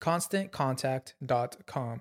ConstantContact.com.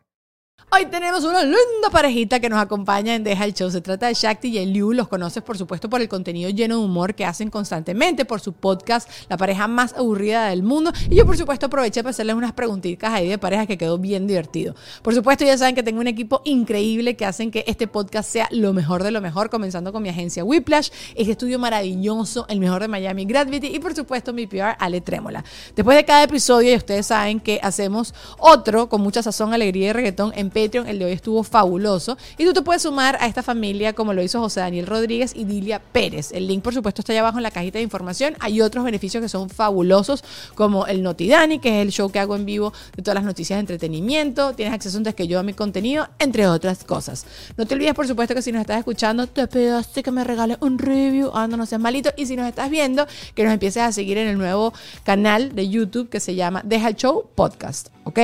Hoy tenemos una linda parejita que nos acompaña en Deja el Show. Se trata de Shakti y Eliu. Los conoces, por supuesto, por el contenido lleno de humor que hacen constantemente, por su podcast, la pareja más aburrida del mundo. Y yo, por supuesto, aproveché para hacerles unas preguntitas ahí de pareja que quedó bien divertido. Por supuesto, ya saben que tengo un equipo increíble que hacen que este podcast sea lo mejor de lo mejor, comenzando con mi agencia Whiplash, este estudio maravilloso, el mejor de Miami Gravity y, por supuesto, mi PR Ale Trémola. Después de cada episodio, y ustedes saben que hacemos otro con mucha sazón, alegría y reggaetón en Patreon. El de hoy estuvo fabuloso. Y tú te puedes sumar a esta familia como lo hizo José Daniel Rodríguez y Dilia Pérez. El link, por supuesto, está allá abajo en la cajita de información. Hay otros beneficios que son fabulosos, como el Notidani, que es el show que hago en vivo de todas las noticias de entretenimiento. Tienes acceso antes que yo a mi contenido, entre otras cosas. No te olvides, por supuesto, que si nos estás escuchando, te pedaste que me regales un review. Ah, no, no seas malito. Y si nos estás viendo, que nos empieces a seguir en el nuevo canal de YouTube que se llama Deja el Show Podcast. ¿Ok?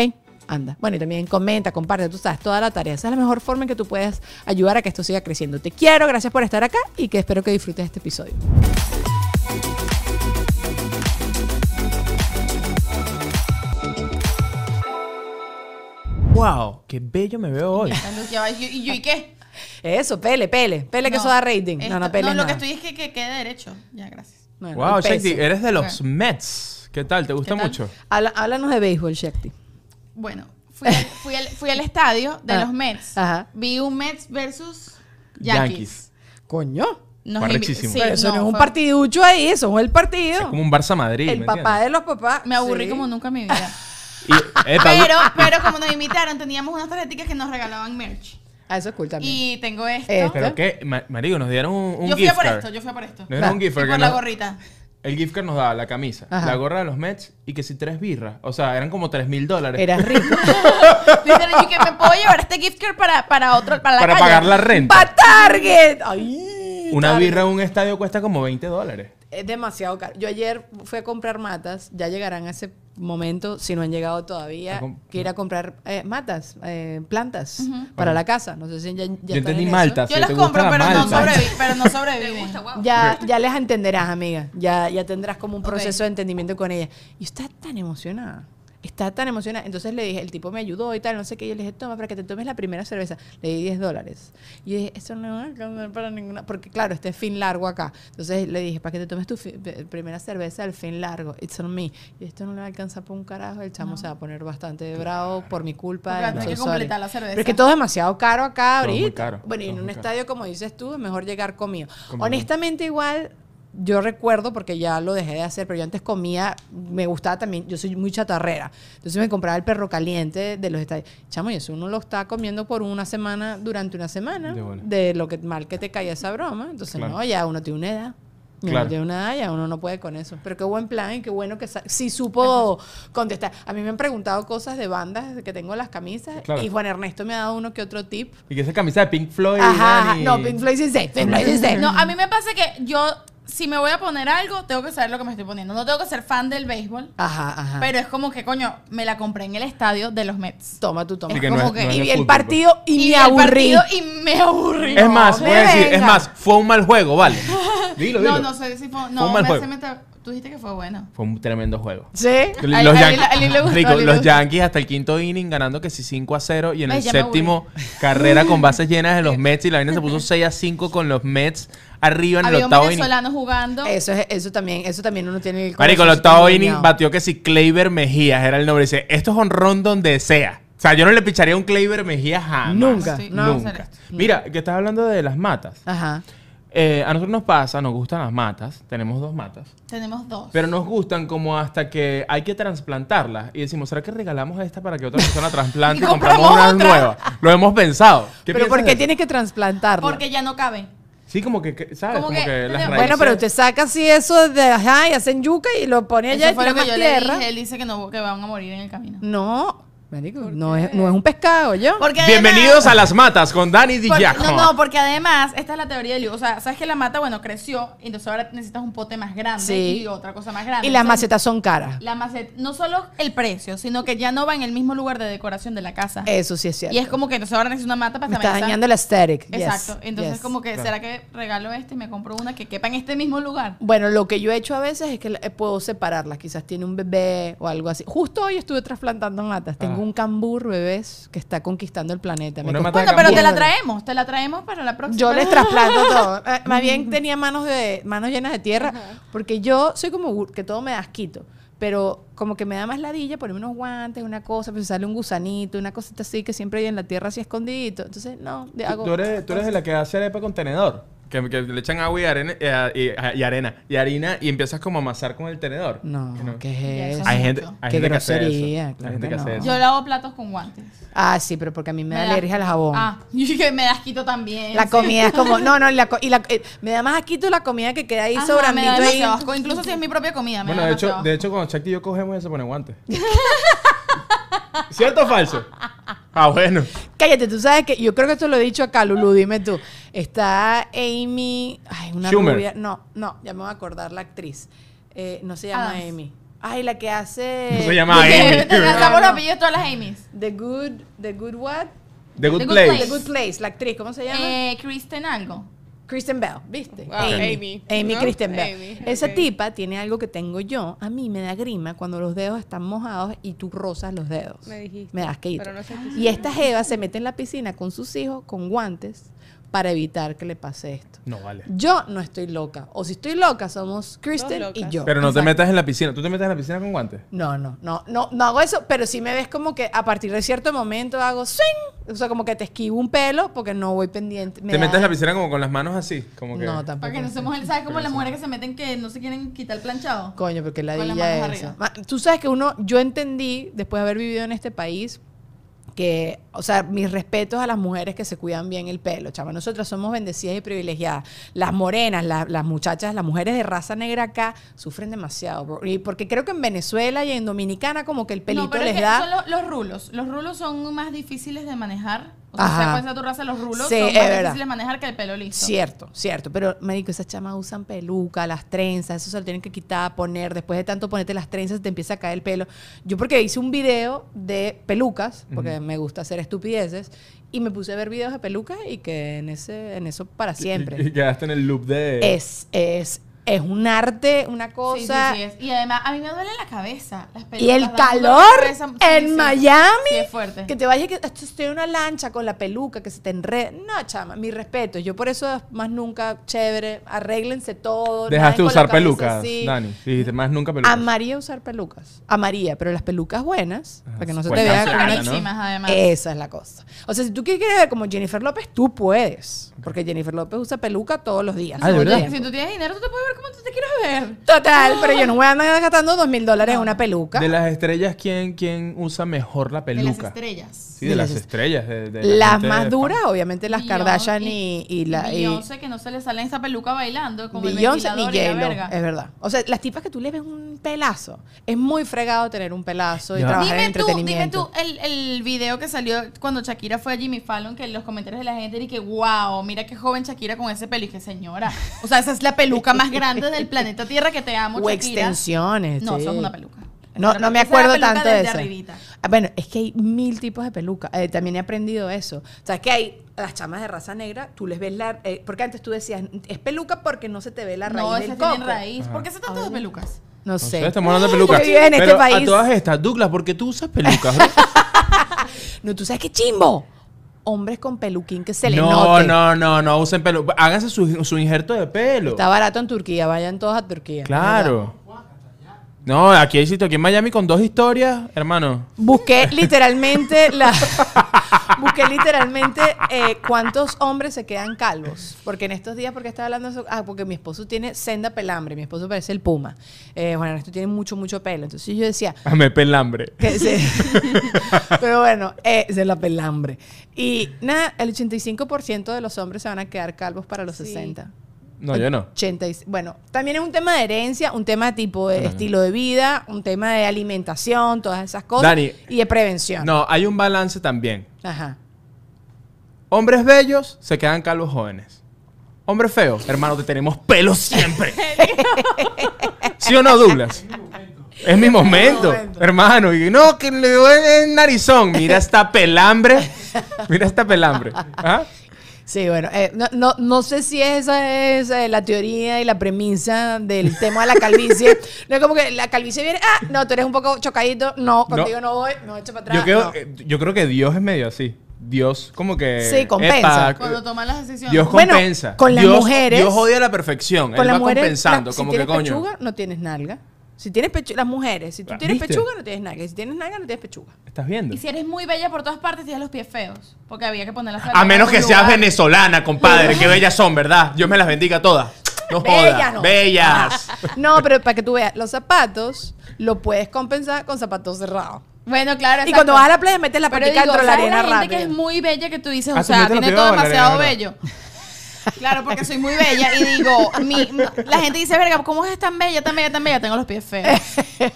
anda. Bueno, y también comenta, comparte, tú sabes, toda la tarea. Esa es la mejor forma en que tú puedes ayudar a que esto siga creciendo. Te quiero, gracias por estar acá y que espero que disfrutes este episodio. ¡Wow! ¡Qué bello me veo hoy! Cuando ya va, ¿Y yo, y yo, ¿y qué? Eso, pele, pele, pele que eso da rating. esto- no, no, pele. lo que estoy es que, que quede derecho. Ya, gracias. ¡Wow, Shakti! Eres de los Mets. ¿Qué tal? ¿Te gusta ¿Qué tal? mucho? háblanos de béisbol, Shakti. Bueno, fui al, fui al- fui al estadio de Ah, los Mets. ajá. Vi un Mets versus Yankees. Coño. Nos Fue invi- rechísimo. sí, Pero eso no, es un fue- partiducho ahí, eso es el partido. Es como un Barça Madrid. el papá de los papás. Me aburrí Sí. como nunca en mi vida. Pero, Pero. pero como nos invitaron, teníamos unas tarjeticas que nos regalaban merch. Ah, eso es cool también. Eh, Y tengo esto. Esto. ¿Pero qué? Ma- Marico, nos dieron un, un yo fui gift a por card. esto, yo fui a por esto. Nos dieron un Y gift card. por que la nos- gorrita. El gift card nos daba la camisa, Ajá. la gorra de los Mets y que si tres birras. O sea, eran como tres mil dólares. Eras rico. Dicen, "Oye, que me puedo llevar este gift card para, para otro, para la Para calle?" pagar la renta. ¡Pa' Target! ¡Ay! Una Target. birra en un estadio cuesta como 20 dólares. Es demasiado caro. Yo ayer fui a comprar matas. Ya llegarán a ese momento, si no han llegado A todavía, Ah, com- que ir a comprar eh, matas, eh, plantas para la casa. No sé si ya, ya Yo están entendí en eso. malta. Yo si las te gusta compro, la pero no, malta. sobrevi- pero no sobreviven. Ya, ya les entenderás, amiga. Ya, ya tendrás como un Ok. proceso de entendimiento con ella. Y está tan emocionada. Está tan emocionada. Entonces le dije, el tipo me ayudó y tal, no sé qué. Yo le dije, toma, para que te tomes la primera cerveza. Le di 10 dólares. Y yo dije, eso no va a cambiar para ninguna. Porque claro, este es fin largo acá. Entonces le dije, para que te tomes tu fi- pe- primera cerveza del fin largo. It's on me. Y esto no le va a alcanzar por un carajo. El chamo se va a poner bastante bravo por mi culpa. Porque I'm hay so que sorry. completar la cerveza. Pero es que todo es demasiado caro acá Todo es ahorita. muy caro. Bueno, y Todo en es un muy caro. estadio, como dices tú, es mejor llegar comido. Comido. Honestamente, igual, yo recuerdo, porque ya lo dejé de hacer, pero yo antes comía, me gustaba también, yo soy muy chatarrera. Entonces me compraba el perro caliente de los Estados Chamo, y eso uno lo está comiendo por una semana, durante una semana, De de, buena. lo que mal que te caía esa broma. Entonces, Claro. no, ya uno tiene una edad. Ya Claro. uno tiene una edad, ya uno no puede con eso. Pero qué buen plan y qué bueno que sa- sí supo contestar. A mí me han preguntado cosas de bandas que tengo las camisas Claro. y Juan Ernesto me ha dado uno que otro tip. Y que esa camisa de Pink Floyd. Ajá, ajá. Dani. No, pues, Pink Floyd sí sé, Pink Floyd sí sé. No, a mí me pasa que yo, si me voy a poner algo, tengo que saber lo que me estoy poniendo. No tengo que ser fan del béisbol, Ajá, ajá. pero es como que, coño, me la compré en el estadio de los Mets. toma tú, toma. Sí, que Como no es- que- no es y de vi el fútbol, pues. partido y, vi me pues. el aburrí. partido Y me aburrí. Es más, me voy a decir, es venga. más, fue un mal juego, vale. Dilo, dilo. No, no sé si fue. No, un mal me juego. hace meter- Tú dijiste que fue bueno. Fue un tremendo juego. Sí. Los, a Yan- Lila- a Lila le gustó, Rico, a Lila le los gustó. Yankees hasta el quinto inning ganando que si 5 a 0 y en Ay, el ya me séptimo carrera con bases llenas de los Mets y la vaina se puso 6 a 5 con los Mets arriba en el Había un octavo inning. venezolano jugando. Eso, es, eso, también, eso también uno tiene el Marico, el corazoncito octavo inning engañado. batió que si Kleiber Mejías era el nombre. Dice, esto es honrón donde sea. O sea, yo no le picharía a un Kleiber Mejías jamás. Nunca. Sí, no, Nunca. será. Mira, que estás hablando de las matas. Ajá. Eh, a nosotros nos pasa, nos gustan las matas. Tenemos dos matas. Tenemos dos. Pero nos gustan como hasta que hay que trasplantarlas. Y decimos, ¿será que regalamos esta para que otra persona trasplante Y y compramos, compramos una otra. nueva? Lo hemos pensado. ¿Qué Pero piensas ¿por de qué eso? tienes que trasplantarlo? porque ya no cabe. Sí, como que, que- ¿sabes? Como Como que, que- las Bueno, raíces- Bueno, pero usted saca así eso de, ajá, y hacen yuca y lo pone allá Eso y fue lo tira que más yo le tierra. dije. Él dice que, no, que van a morir en el camino. No, marico, no es, no es un pescado, yo. Porque Bienvenidos a las matas con Dani Di Porque- Giacomo. no, no, porque además, esta es la teoría del lío. O sea, sabes que la mata, bueno, creció, y entonces ahora necesitas un pote más grande Sí. y otra cosa más grande. Y las Entonces, macetas son caras. La maceta, no solo el precio, sino que ya no va en el mismo lugar de decoración de la casa. Eso sí es cierto. y es como que entonces ahora necesito una mata para me esta está mesa. dañando el aesthetic. yes, Exacto. Entonces, yes. como que, ¿será que regalo este y me compro una que quepa en este mismo lugar? Bueno, lo que yo he hecho a veces es que la- eh, puedo separarlas. Quizás tiene un bebé o algo así. Justo hoy estuve trasplantando matas. Tengo Ah. un cambur bebés que está conquistando el planeta. Me Una costó- mata de Bueno, pero te la cambiando. traemos, te la traemos para la próxima. Yo les trasplanto todo. Eh, Más bien tenía manos de manos llenas de tierra porque yo soy como gur- que todo me da asquito. Pero como que me da más ladilla ponerme unos guantes, una cosa, pues sale un gusanito, una cosita así que siempre hay en la tierra así escondidito. Entonces, no, de- hago... Tú eres, tú eres de la que hace arepa con tenedor. Que, que le echan agua y arena, eh, a- y, a- y arena y harina y empiezas como a amasar con el tenedor. No, Que no. ¿qué es Ya, eso? eso Hay mucho. gente, hay Qué gente que hace eso. grosería, Hay claro gente que que hace no. eso. Yo lavo platos con guantes. Ah, sí, pero porque a mí me, da da- alergia al jabón. Ah, y que me das quito también. La sí. comida es como, no, no, y la, co- y la- eh, me da más asquito la comida que queda ahí Ajá, me sobrandito da ahí. demasiado asco, Incluso si es mi propia comida. me Bueno, da de hecho, demasiado de hecho, cuando Shakti y yo cogemos, ella se pone guantes. ¿Cierto o falso? Ah, bueno. Cállate, tú sabes que yo creo que esto lo he dicho acá, Lulu, dime tú. Está Amy, ay, una Schumer. rubia, no, no, ya me voy a acordar la actriz. Eh, no se llama Adams. Amy. Ay, la que hace No se llama Porque te Ah, Amy. lanzamos los apellidos de todas las Amy's. The Good, The Good What? The Good The Good Place. The Good Place, la actriz, ¿cómo se llama? Eh, Kristen algo. Kristen Bell, ¿viste? Wow, Amy. Amy. Amy ¿no? Kristen Bell. Amy, Esa ok. tipa tiene algo que tengo yo. A mí me da grima cuando los dedos están mojados y tú rozas los dedos. Me dijiste. Me das que Pero no sé qué Y esta jeva se mete en la piscina con sus hijos, con guantes, para evitar que le pase esto. No, vale. Yo no estoy loca. O si estoy loca, somos Kristen Dos y locas. yo. Pero no te Exacto. metas en la piscina. ¿Tú te metes en la piscina con guantes? No, no, no, no, no hago eso, pero sí me ves como que a partir de cierto momento hago swing, o sea, como que te esquivo un pelo porque no voy pendiente. Me ¿Te da- metes en la piscina como con las manos así? Como que... No, tampoco. Para que no somos el, ¿sabes? Como las mujeres que se meten que no se quieren quitar el planchado. Coño, porque la Con las villa manos esa. arriba. Ma- Tú sabes que uno, yo entendí, después de haber vivido en este país, que, o sea, mis respetos a las mujeres que se cuidan bien el pelo, chama. Nosotras somos bendecidas y privilegiadas. Las morenas, la- las muchachas, las mujeres de raza negra acá sufren demasiado. bro. Y porque creo que en Venezuela y en Dominicana como que el pelito no, pero les es que da... son los, los rulos. Los rulos son más difíciles de manejar. O Ajá. sea, sea cual sea tu raza, los rulos Sí, son es más verdad. difíciles de manejar que el pelo liso. Cierto, cierto. Pero, médico, esas chamas usan peluca, las trenzas, eso se lo tienen que quitar, poner. Después de tanto ponerte las trenzas, te empieza a caer el pelo. Yo, porque hice un video de pelucas, porque me gusta hacer estupideces, y me puse a ver videos de pelucas y que en, ese, en eso para Y, y siempre. quedaste en el loop de... es, es, es un arte, una Sí, sí, cosa. sí, es. Y además, a mí me duele la cabeza. Las pelotas, Y el dan dolor de calor cabeza. Sí, en sí. Miami. Sí, es fuerte. Que te vayas y que esto estoy en una lancha con la peluca que se te enreda. No, chama, mi respeto. Yo por eso más nunca, chévere, arréglense todo. Dejaste nadie de con la usar cabeza pelucas, así. Dani. Y dijiste, más nunca pelucas. Amaría usar pelucas. Amaría, pero las pelucas buenas, Ajá, para que no se te cuestan vea plata, como una ¿no? Carísimas, además. Esa es la cosa. O sea, si tú quieres ver como Jennifer López, tú puedes. Porque Jennifer López usa peluca todos los días. Ah, ¿de Todo el verdad? tiempo. Si tú tienes dinero, tú te puedes ver como tú te quieres ver. Total, pero yo no voy a andar gastando dos mil dólares en una peluca. De las estrellas, ¿quién, ¿quién usa mejor la De peluca? las estrellas. Sí, de, las estrellas. de- de la Las gente más fan. duras, obviamente, las Beyoncé Kardashian y, y la. y- Beyoncé, que no se le sale esa peluca bailando. Como Beyoncé el ni ventilador y la J-Lo, verga. es verdad. O sea, las tipas que tú le ves un pelazo. Es muy fregado tener un pelazo y Ya. trabajar en Dime tú, dime entretenimiento. tú, el, el video que salió cuando Shakira fue a Jimmy Fallon, que los comentarios de la gente y que, wow, mira qué joven Shakira con ese pelo. Y que, señora, o sea, esa es la peluca más grande del planeta Tierra que te amo, o Shakira. extensiones. No, sí. eso es una peluca. No, Esa no me es la acuerdo peluca tanto de desde eso. arribita. Ah, Bueno, es que hay mil tipos de peluca. Eh, también he aprendido eso. O sea, que hay las chamas de raza negra, tú les ves la... eh, porque antes tú decías, es peluca porque no se te ve la raíz No, del esa tiene coco". raíz. ¿Por qué se tanto de pelucas? No No sé. sé, estamos hablando de pelucas. Yo vivo en este Pero país. A todas estas, Douglas, ¿por qué tú usas pelucas? No, tú sabes qué chimbo. Hombres con peluquín que se le no, note. no, no, no usen pelo. Háganse su, su injerto de pelo. Está barato en Turquía, vayan todos a Turquía. ¿verdad? Claro. No, aquí hay sitio, aquí en Miami con dos historias, hermano. Busqué literalmente la busqué literalmente eh, cuántos hombres se quedan calvos. Porque en estos días, porque estaba hablando de eso, ah, porque mi esposo tiene senda pelambre, mi esposo parece el puma. Eh, Juan Ernesto tiene mucho, mucho pelo. Entonces yo decía, Me pelambre. que se- pero bueno, eh, se la pelambre. Y nada, el 85% de los hombres se van a quedar calvos para los 60. No, yo no. 80 y- bueno, también es un tema de herencia, un tema tipo de estilo de vida, un tema de alimentación, todas esas cosas. Dani. y de prevención. No, hay un balance también. Ajá. Hombres bellos se quedan calvos jóvenes. Hombres feos, hermano, te tenemos pelo siempre. ¿Sí o no, Douglas? Es mi momento, hermano. Y no, que le duele el narizón. Mira esta pelambre. Mira esta pelambre. ¿Ah? Sí, bueno, eh, no, no, no sé si esa es eh, la teoría y la premisa del tema de la calvicie. no es como que la calvicie viene, ah, no, tú eres un poco chocadito, no, contigo no, voy, no, echa para atrás. Yo, creo, no. eh, yo creo que Dios es medio así. Dios como que... Sí, compensa. epa, Cuando tomas las decisiones. Dios Bueno, compensa. con las Dios, mujeres- Dios odia la perfección. Él va la- compensando. si como que tienes coño. pechuga, no tienes nalga. Si tienes pechuga, las mujeres, si tú Ah, tienes ¿viste? pechuga, no tienes nalga. Si tienes nalga, no tienes pechuga. ¿Estás viendo? Y si eres muy bella por todas partes, tienes los pies feos. Porque había que poner las A menos que seas venezolana venezolana, compadre. Qué bellas son, ¿verdad? Dios me las bendiga a todas. No Bellas jodas. no. Bellas. No, pero para que tú veas, los zapatos lo puedes compensar con zapatos cerrados. Bueno, claro. Y cuando exacto. vas a la playa, metes la Pero patica digo, dentro de la ¿sabes arena gente rápido. que es muy bella que tú dices, o Ah, tú sea, metiste los tiene pies todo bajo la demasiado arena, bello. Claro, porque soy muy bella y digo, mi- la gente dice, verga, ¿cómo es tan bella, tan bella, tan bella? Tengo los pies feos.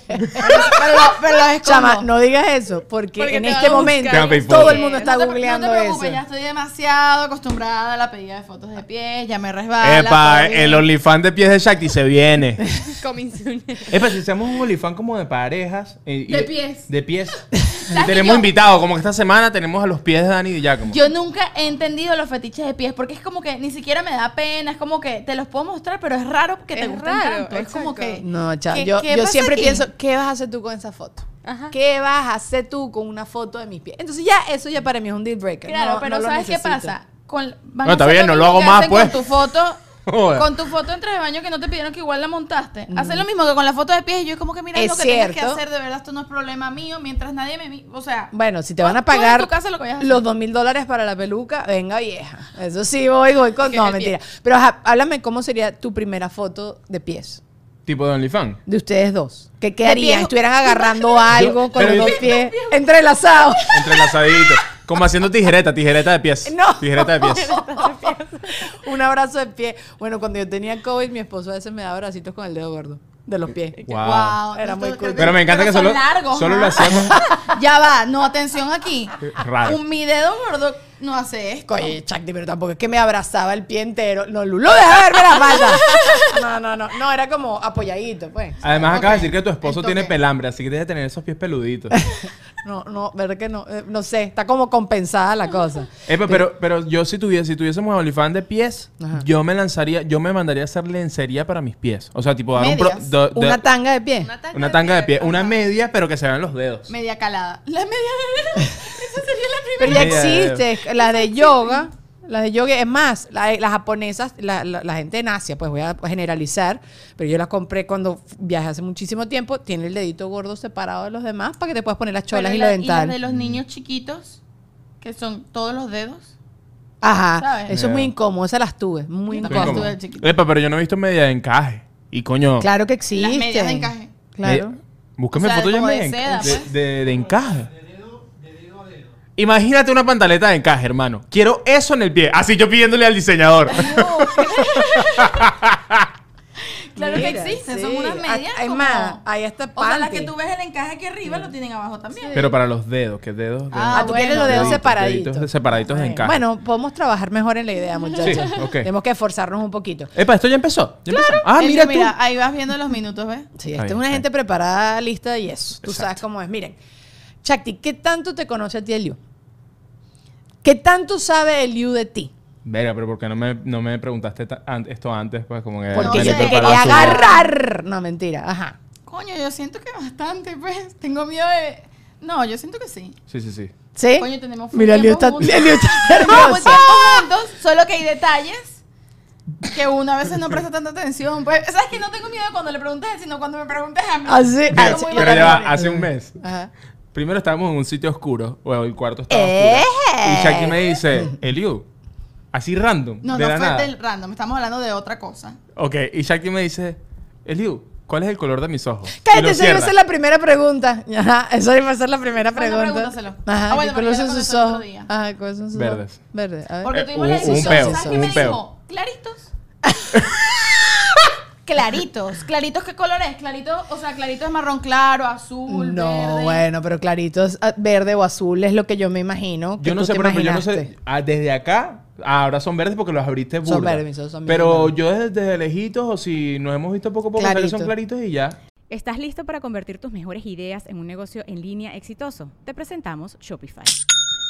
pero, lo- pero los escondo. Chama, no digas eso, porque, Porque en te este van a momento buscar. Te van a pedir todo fotos. el mundo está no te, googleando no te preocupes, eso. ya estoy demasiado acostumbrada a la pedida de fotos de pies, ya me Ah, resbala. Epa, todo bien. el OnlyFans de pies de Shakti se viene. Coming soon. Epa, si hacemos un OnlyFans como de parejas. eh, y- De pies. De pies. que Y tenemos yo- invitados. Como que esta semana tenemos a los pies de Dani y Giacomo. Yo nunca he entendido los fetiches de pies porque es como que ni siquiera me da pena, es como que te los puedo mostrar, pero es raro que te Es gusten raro, tanto. Es como exacto. que No, chama, ¿qué- yo, qué yo pasa siempre aquí? pienso, ¿qué vas a hacer tú con esa foto? Ajá. ¿Qué vas a hacer tú con una foto de mis pies? Entonces ya, eso ya para mí es un deal breaker. Claro, No- pero no lo ¿sabes qué necesito. pasa? Con, van No, a está hacer bien, no lo mismo hago que más, hacen pues. Con tu foto, Joder. con tu foto entre de baño que no te pidieron que igual la montaste. Hacer lo mismo que con la foto de pies y yo es como que mira Mm. Es lo que tienes que cierto. hacer, de verdad esto no es problema mío, mientras nadie me, mi- o sea, Bueno, si te van a Tú en tu pagar casa lo que vayas a hacer. los dos mil dólares para la peluca, venga vieja. Eso sí, voy, voy con... Que No, de mentira. Pero ajá, háblame cómo sería tu primera foto de pies, Tipo de OnlyFans. de ustedes dos. ¿Qué, qué De harían? pies- ¿Estuvieran agarrando algo con pero los yo- dos pies entrelazados? Entrelazaditos. Como haciendo tijereta, tijereta de pies. No. Tijereta de pies. Un abrazo de pie. Bueno, cuando yo tenía COVID, mi esposo a veces me daba abracitos con el dedo gordo. De los pies. Wow. wow, Era esto muy creo cool. Pero me encanta que son solo, largos, solo lo ajá. hacíamos. Ya va, no atención aquí. Raro. Un, mi dedo gordo no hace esto. Oye, Chakti, pero tampoco es que me abrazaba el pie entero. No, Lulu, deja de verme la falda. No, no, no. No, era como apoyadito, pues. Además, acabas de decir que tu esposo El tiene toque. pelambre, así que debe tener esos pies peluditos. No, no, verdad que no. eh, no sé, está como compensada la cosa. Epa, pero, pero yo si tuviese, si tuviésemos OnlyFans de pies, Ajá. yo me lanzaría, yo me mandaría a hacer lencería para mis pies. O sea, tipo dar un Medias. do- do- Una tanga de pie. Una tanga, una tanga de pie, ajá. una media, pero que se vean los dedos. Media calada. La media Esa sería la primera. Pero ya Media de- existe. La de yoga. La de yoga, es más, la- las japonesas, la, la- la gente en Asia, pues voy a generalizar, pero yo las compré cuando viajé hace muchísimo tiempo, tiene el dedito gordo separado de los demás para que te puedas poner las cholas Pero y la- la las de dental. los niños chiquitos, que son todos los dedos. Ajá, ¿sabes? eso es muy Yeah. incómodo, esas las tuve, muy Yo Muy tampoco incómodo. incómodo. estuve chiquita. Epa, pero yo no he visto media de encaje. Y coño. Claro que existe. Las medias de encaje. Claro. me- Eh, búscame O sea, fotos ya como me de enca- seda, de, pues. de- de encaje. Imagínate una pantaleta de encaje, hermano. Quiero eso en el pie. Así yo pidiéndole al diseñador. Claro que Mira, existe, sí. son unas Ah, medias. Hay como- más, ahí está O sea, las que tú ves el encaje aquí Mm. arriba lo tienen abajo también. Pero para los dedos, que dedos. de- Ah, Ah, tú quieres bueno. los dedos Deditos, separaditos. deditos separaditos de encaje. Bueno, podemos trabajar mejor en la idea, muchachos. Sí, ok. Tenemos que esforzarnos un poquito. Epa, esto ya empezó. ¿Ya empezó? Ah, Elio, mira tú. ahí vas viendo los minutos, ¿ves? Sí, esto es Está bien, una está gente preparada, lista y eso. Tú sabes Exacto. cómo es. Miren, Chakti, ¿qué tanto te conoce a ti Eliu? ¿Qué tanto sabe Eliu de ti? Verga, pero ¿por qué no me, no me preguntaste ta- an- esto antes? Pues como que. Porque me yo le te quería preparaba su- agarrar. No, mentira. Ajá. Coño, yo siento que bastante, pues. Tengo miedo de. No, yo siento que sí. Sí, sí, sí. ¿Sí? Coño, tenemos full ¿Eh? Mira, Eliu está, tiempo juntos. Eliu está Tenemos full nervioso. tiempo juntos, solo que hay detalles que uno a veces no presta tanta atención. Pues, ¿sabes que No tengo miedo cuando le preguntes, a él, sino cuando me preguntes a mí. Así, Tengo Mira, así, muy pero mala ya va, memoria. hace un mes. Ajá. Primero estábamos en un sitio oscuro, o el cuarto estaba Eh. oscuro. Y Shaki me dice, Eliu, así random, No, de no la fue nada. del random, estamos hablando de otra cosa. Ok, y Shaki me dice, Eliu, ¿cuál es el color de mis ojos? Cállate, eso esa iba a ser la primera pregunta. Ajá, esa iba a ser la primera Bueno, pregunta. pregúntaselo. Ajá, Ah, bueno, que pero yo conocen la sus contesto otro ojos. día. Ajá, ¿cuáles son sus Verdes. ojos? Verdes. A ver. Porque Eh, tuvimos hubo- la hubo discusión, un peo, ¿sabes qué hubo me un peo. dijo? Claritos. claritos. Claritos, ¿qué color es? Clarito, o sea, clarito es marrón claro, azul, No, verde. bueno, pero clarito es ah, verde o azul es lo que yo me imagino. que Yo no tú sé, te por ejemplo, yo no sé. imaginaste. ah, desde acá, ah, ahora son verdes porque los abriste burda. Son verdes, mis ojos son Pero verdes. yo desde lejitos, o si nos hemos visto poco a poco, pensé que son Clarito. claritos y ya. ¿Estás listo para convertir tus mejores ideas en un negocio en línea exitoso? Te presentamos Shopify.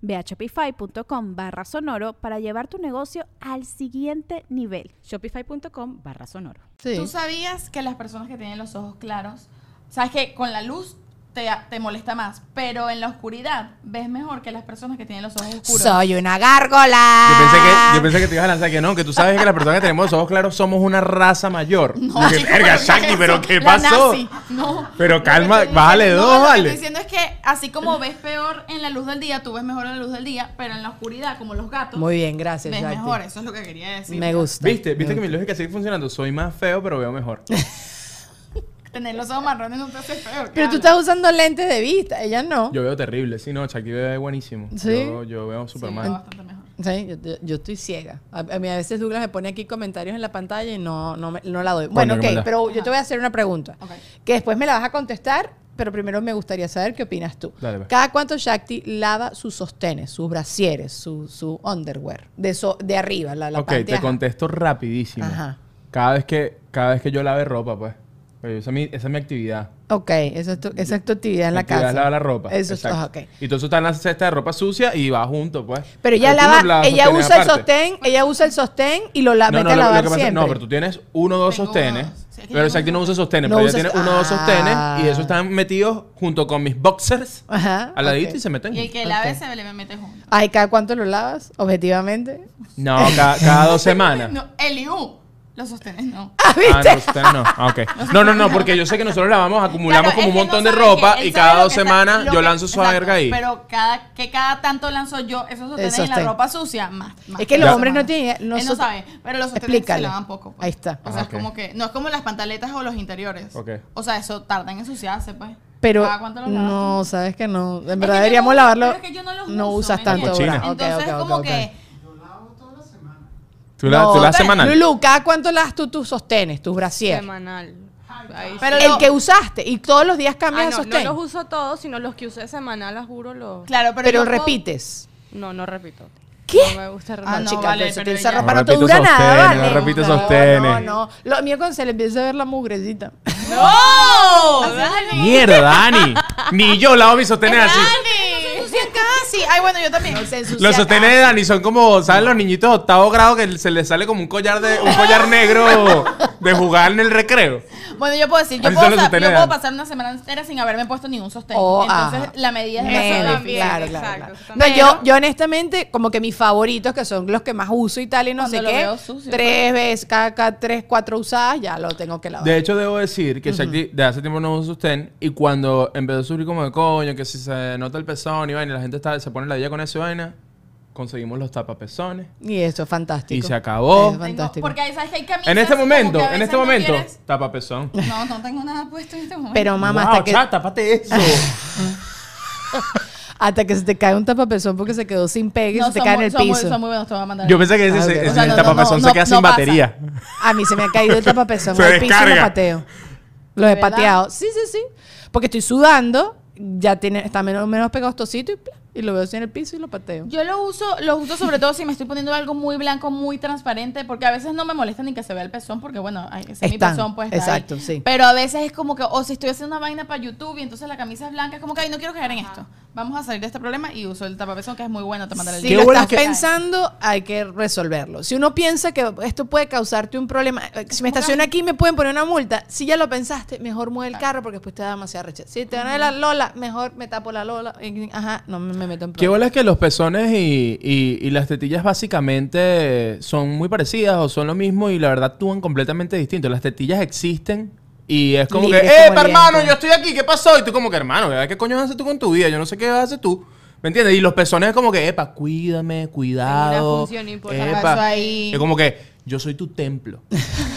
Ve a shopify.com barra sonoro para llevar tu negocio al siguiente nivel. Shopify.com barra sonoro. Sí. ¿Tú sabías que las personas que tienen los ojos claros, sabes que con la luz te, te molesta más, pero en la oscuridad ves mejor que las personas que tienen los ojos oscuros? Soy una gárgola. Yo pensé, que, Ah. yo pensé que te ibas a lanzar que no, que tú sabes que las personas que tenemos los ojos claros somos una raza mayor. No, Dije, chico, pero "Verga, ¿qué Shaki, es pero eso? ¿qué La pasó? nazi. No. Pero Lo que calma, estoy diciendo- bájale dos, lo que vale. estoy diciendo es que así como ves peor en la luz del día, tú ves mejor en la luz del día, pero en la oscuridad, como los gatos, Muy bien, gracias. ves Shakti. mejor. Eso es lo que quería decir. Me gusta. ¿Viste? ¿Viste que Me mi lógica sigue funcionando? Soy más feo, pero veo mejor. Tener los ojos marrones no te hace peor. Pero tú estás claro. usando lentes de vista, ella no. Yo veo terrible. Sí, no, Shaki ve buenísimo. ¿Sí? Yo, yo veo Sí, súper lo mal. veo bastante mejor. Sí, yo, yo- yo estoy ciega. A, a mí a veces Douglas me pone aquí comentarios en la pantalla y no, no, me- no la doy. Bueno, qué ok, maldad. pero yo te voy a hacer una pregunta. Ok. Que después me la vas a contestar, pero primero me gustaría saber qué opinas tú. Dale, pues. Cada cuánto Shakti lava sus sostenes, sus brasieres, su, su underwear, de, so- de arriba, la, la ok, parte te ajá. contesto rapidísimo. Ajá. Cada vez que, cada vez que yo lave ropa, pues. Oye, Esa es mi, esa es mi actividad. Ok, esa es tu, esa es tu actividad en la actividad casa. es lavar la ropa. Eso es, Exacto. ah, ok. Y entonces está en la cesta de ropa sucia y va junto, pues. Pero ella tú no lava, lavas ella sostenes usa el aparte. sostén, ella usa el sostén y lo la, No, mete no, Ah, a lo- lo lavar que pasa es- siempre. no, pero tú tienes uno o dos Tengo sostenes. uno o dos. Sí, es que yo pero no Shakti no usa sostenes, No pero ella usa tiene so- uno o dos sostenes Ah. y esos están metidos junto con mis boxers Ajá, al ladito ok. y se meten. Ah, Y el que lave se le mete junto. Ay, ¿cada cuánto lo lavas? Objetivamente. No, ca- cada, dos semanas. No, el IU, los sostenes no. Ah, Ah, ¿viste? no, sostenes no. Ah, ok. no, no, no, porque yo sé que nosotros lavamos, acumulamos Claro, como un es que montón no de sabe ropa que- él y sabe cada lo dos que está- semanas lo yo que- lanzo su exacto, verga ahí. Pero cada, que cada tanto lanzo yo esos sostenes El y la sostén. ropa sucia, más. más Es que los cada hombres no semana. tienen- Él no nosotros- sabe, pero los sostenes Explícale. se lavan poco. pues. Ahí está. O sea, Ah, es ok. como que, no es como las pantaletas o los interiores. Ok. O sea, eso tarda en ensuciarse, pues. Pero ¿Cada cuánto los lavas? no, sabes que no. En Es que verdad yo deberíamos no- lavarlo. pero es que yo no los no uso, usas ¿me tanto entiendes? bra. Entonces, Ah, Ok, ok, como ok, ok. que. Tú la, tú No, la pero, semanal. Lulu, ¿cada cuánto lavas tú tus sostenes, tus brasieres? Semanal. Ahí sí. Pero el lo- que usaste y todos los días Ah, cambias no, el sostén. no los uso todos, sino los que usé semanal, las juro los. Claro, pero. pero yo puedo- repites. No, no repito. ¿Qué? No me gusta Ah, Ronaldo. no, chicas, vale, pero si pero esa ya. ropa No no te repito dura nada, sostenes, ¿vale? no repito No, sostenes. No, no. Lo mío cuando se le empieza a ver la mugrecita. ¡No! ¡Dani! Mierda, Dani. Ni yo la hago mi sostener así. ¡Dani! casi! Ay, bueno, yo también. Los sostenes de Dani son como, ¿saben? Los niñitos de octavo grado que se les sale como un collar de un collar negro de jugar en el recreo. Bueno, yo puedo decir, yo Así puedo, son los sa- sostenes yo de puedo Dani. pasar una semana entera sin haberme puesto ningún sostén. Oh, Entonces, ajá. la medida es Menos, eso. también, claro, exacto, claro, eso claro. No, también. yo, yo honestamente, como que mis favoritos, que son los que más uso y tal, y no Cuando sé lo qué, veo sucio. pues. tres veces, cada, cada tres, cuatro usadas, ya lo tengo que lavar. De hecho, debo decir que Shakti de hace tiempo no usa sostén y cuando empezó a subir como de coño, que si se nota el pezón y vaina, y la gente está, se pone la idea con esa vaina, conseguimos los tapapezones y eso es fantástico. y se acabó. Es Tengo- fantástico. porque ahí sabes que hay camisas. En este como momento, que a en veces este no momento, quieres- tapapezón. No, no tengo nada puesto en este momento. Pero mamá, hasta, que, tápate eso. hasta que se te cae un tapapezón porque se quedó sin pegue y se te cae en el son muy- piso. son muy buenos, te voy a mandar. Yo pensé que ese, Ah, ok. ese O sea, el no, no, tapapezón no, se queda no sin pasa. batería. A mí se me ha caído el tapapezón Se al piso y lo descarga. pateo. Los he verdad? pateado. Sí, sí, sí. Porque estoy sudando, ya tiene, está menos, menos pegostosito y, pla, y lo veo así en el piso y lo pateo. Yo lo uso, lo uso sobre todo si me estoy poniendo algo muy blanco, muy transparente, porque a veces no me molesta ni que se vea el pezón, porque bueno, ay, si es mi Están, pezón, pues está exacto, ahí. sí. Pero a veces es como que, o si estoy haciendo una vaina para YouTube y entonces la camisa es blanca, es como que, ay, no quiero caer en esto. Vamos a salir de este problema y uso el tapapezón, que es muy bueno, te mandaré el Si Qué link. lo bolas estás que- pensando, hay que resolverlo. Si uno piensa que esto puede causarte un problema, eh, si me estaciono aquí me pueden poner una multa. Si ya lo pensaste, mejor mueve el carro porque después te da demasiada recha. Si te van a la lola, mejor me tapo la lola. Ajá, no me me meto en Qué problemas. bola es que los pezones y, y- y las tetillas básicamente son muy parecidas o son lo mismo y la verdad actúan completamente distinto. Las tetillas existen y es como Libres que, como ¡eh, el hermano! viento". Yo estoy aquí, ¿qué pasó? Y tú como que, hermano, ¿verdad? ¿qué coño haces tú con tu vida? Yo no sé qué haces tú. ¿Me entiendes? Y los pezones es como que, epa, cuídame, cuidado. función importante. epa. Paso ahí. Es como que, yo soy tu templo.